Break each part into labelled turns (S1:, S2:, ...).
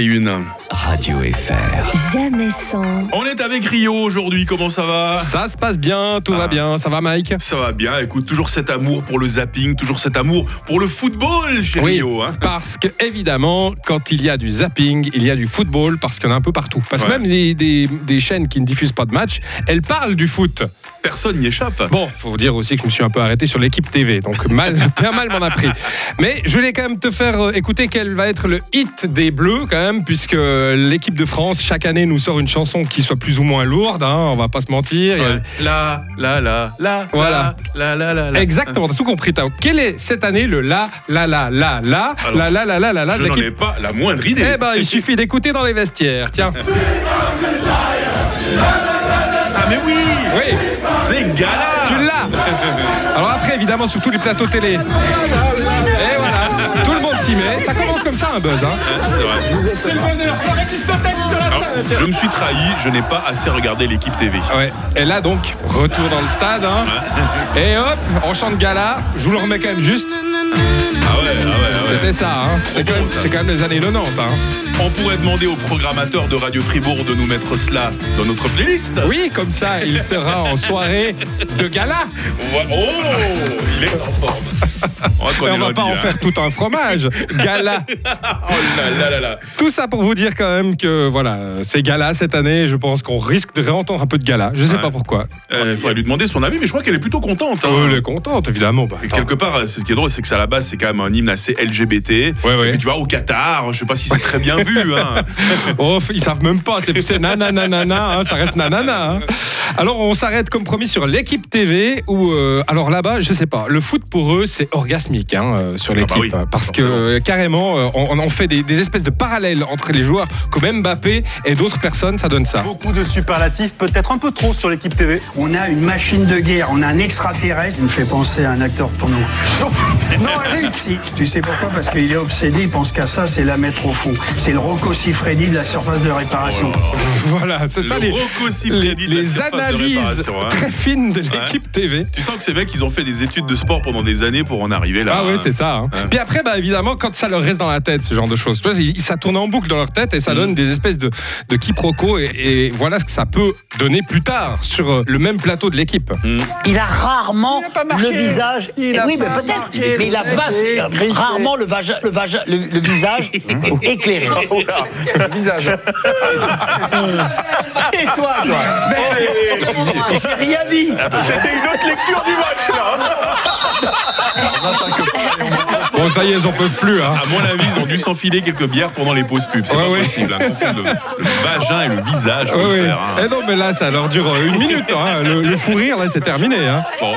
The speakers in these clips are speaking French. S1: Et une.
S2: Radio FR.
S3: Jamais sans,
S1: On est avec Rio aujourd'hui, comment ça va
S4: Ça se passe bien,
S1: Ah.
S4: tout va bien, ça va Mike
S1: Ça va bien, écoute, toujours cet amour pour le zapping, toujours cet amour pour le football chez Rio. Hein.
S4: parce que évidemment, quand il y a du zapping, il y a du football, parce qu'il y en a un peu partout. Parce que
S1: Ouais.
S4: même des, des- des chaînes qui ne diffusent pas de match, elles parlent du foot.
S1: Personne n'y échappe.
S4: Bon, faut dire aussi que je me suis un peu arrêté sur l'équipe TV, donc mal, bien mal m'en a pris. Mais je voulais quand même te faire euh, écouter quel va être le hit des Bleus quand même, puisque euh, l'équipe de France chaque année nous sort une chanson qui soit plus ou moins lourde, hein, on va pas se mentir. Il y a-
S1: Ouais. La, la, la, la,
S4: Voilà.
S1: la, la, la, la.
S4: Ah. Exactement, t'as tout compris. Tao. Quel est cette année le la, la, la, la, la,
S1: Alors,
S4: la, la, la, la, la, la
S1: Je
S4: de
S1: n'en
S4: l'équipe
S1: ai pas la moindre idée.
S4: Eh ben, il suffit d'écouter dans les vestiaires. Tiens.
S1: Ah mais oui
S4: Oui.
S1: C'est gala
S4: Tu l'as. Alors après, évidemment, sur tous les plateaux télé. Et voilà. Tout le monde s'y met. Ça commence comme ça un buzz. Hein.
S1: C'est vrai. Alors, je me suis trahi, je n'ai pas assez regardé l'équipe TV.
S4: Ouais. Et là donc, retour dans le stade. hein. Et hop, on chante gala. Je vous le remets quand même juste.
S1: Ah ouais, ah ouais, ah ouais.
S4: C'était ça. Hein. C'est quand, même- c'est quand même les années 90. Hein.
S1: On pourrait demander au programmateur de Radio Fribourg de nous mettre cela dans notre playlist.
S4: Oui, comme ça, il sera en soirée de gala.
S1: Ouais. Oh Il est en forme. On va, qu'on
S4: Et
S1: est
S4: on va
S1: lundi,
S4: pas en
S1: là.
S4: faire tout un fromage. Gala.
S1: Oh là là là là.
S4: Tout ça pour vous dire quand même que voilà, ces galas cette année, je pense qu'on risque de réentendre un peu de galas. Je sais
S1: Ouais.
S4: pas pourquoi. Oh,
S1: Il faudrait lui demander son avis, mais je crois qu'elle est plutôt contente. hein.
S4: Euh, Elle est contente évidemment. Bah, attends.
S1: Quelque part, c'est- ce qui est drôle, c'est que ça, à la base, c'est quand même un hymne assez LGBT.
S4: Ouais, ouais.
S1: Et puis, tu vois, au Qatar, je sais pas si c'est très bien vu. hein.
S4: Oh, ils savent même pas, c'est c'est nanana, nanana, hein, ça reste nanana. hein. Alors on s'arrête comme promis sur l'équipe TV où euh, alors là-bas, je sais pas, le foot pour eux c'est orgasmique hein, euh, sur l'équipe
S1: bah oui,
S4: hein, parce que
S1: forcément.
S4: euh, carrément euh, on, on fait des, des espèces de parallèles entre les joueurs comme Mbappé et d'autres personnes, ça donne ça.
S1: Oh,
S5: Beaucoup de superlatifs, peut-être un peu trop sur l'équipe TV.
S6: On a une machine de guerre, on a un extraterrestre. Il me fait penser à un acteur de porno. Non, elle réussit. Tu sais pourquoi Parce qu'il est obsédé, il pense qu'à ça, c'est la mettre au fond. C'est le Rocco Siffredi de la surface de réparation.
S4: voilà, c'est ça
S1: Le
S4: les,
S1: Rocco
S4: les,
S1: Siffredi de la
S4: les
S1: surface de
S4: analyses
S1: réparation, hein.
S4: très fines de l'équipe TV.
S1: tu sens que ces mecs, ils ont fait des études de sport pendant des années pour en arriver là.
S4: Ah ouais,
S1: hein.
S4: c'est ça. hein.
S1: Ouais.
S4: Puis après, bah, évidemment, quand ça leur reste dans la tête, ce genre de choses, tu vois, il- ça tourne en boucle dans leur tête et
S1: Mm.
S4: ça donne des espèces de, de quiproquos. Et, et voilà ce que ça peut donner plus tard sur euh, le même plateau de l'équipe.
S1: Mm.
S7: Il a rarement le visage. Eh oui, mais peut-être. Mais il a vaste- euh, rarement le, vage- le, vage- le- le visage éclairé. le visage. Et toi, toi Oh, J'ai rien dit.
S4: Bon, ça y est, j'en peuvent plus. Hein.
S1: À mon avis, ils ont dû s'enfiler quelques bières pendant les pauses pubs. C'est
S4: Ouais,
S1: pas
S4: ouais.
S1: possible. hein. Confondre le, le vagin et le visage, faut
S4: Ouais,
S1: le
S4: ouais.
S1: faire, hein.
S4: Eh non, mais là, ça leur dure euh, une minute. hein. Le, le fou rire, là, c'est terminé. Hein.
S1: Bon.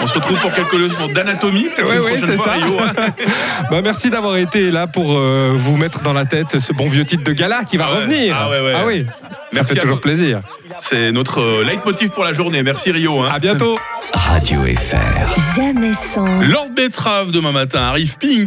S1: On se retrouve pour quelques leçons d'anatomie. peut-être
S4: Ouais,
S1: une
S4: ouais,
S1: prochaine
S4: c'est
S1: fois,
S4: ça.
S1: Rio, hein.
S4: Bah, merci d'avoir été là pour euh, vous mettre dans la tête ce bon vieux titre de gala qui va
S1: Ah ouais.
S4: revenir.
S1: Ah ouais, ouais.
S4: oui. Ça
S1: Merci
S4: fait
S1: à
S4: toujours
S1: vous.
S4: plaisir.
S1: C'est notre euh, leitmotiv pour la journée. Merci Rio. hein.
S4: À bientôt.
S2: Radio FR.
S3: jamais sans.
S1: Lord Betrave demain matin arrive Pink.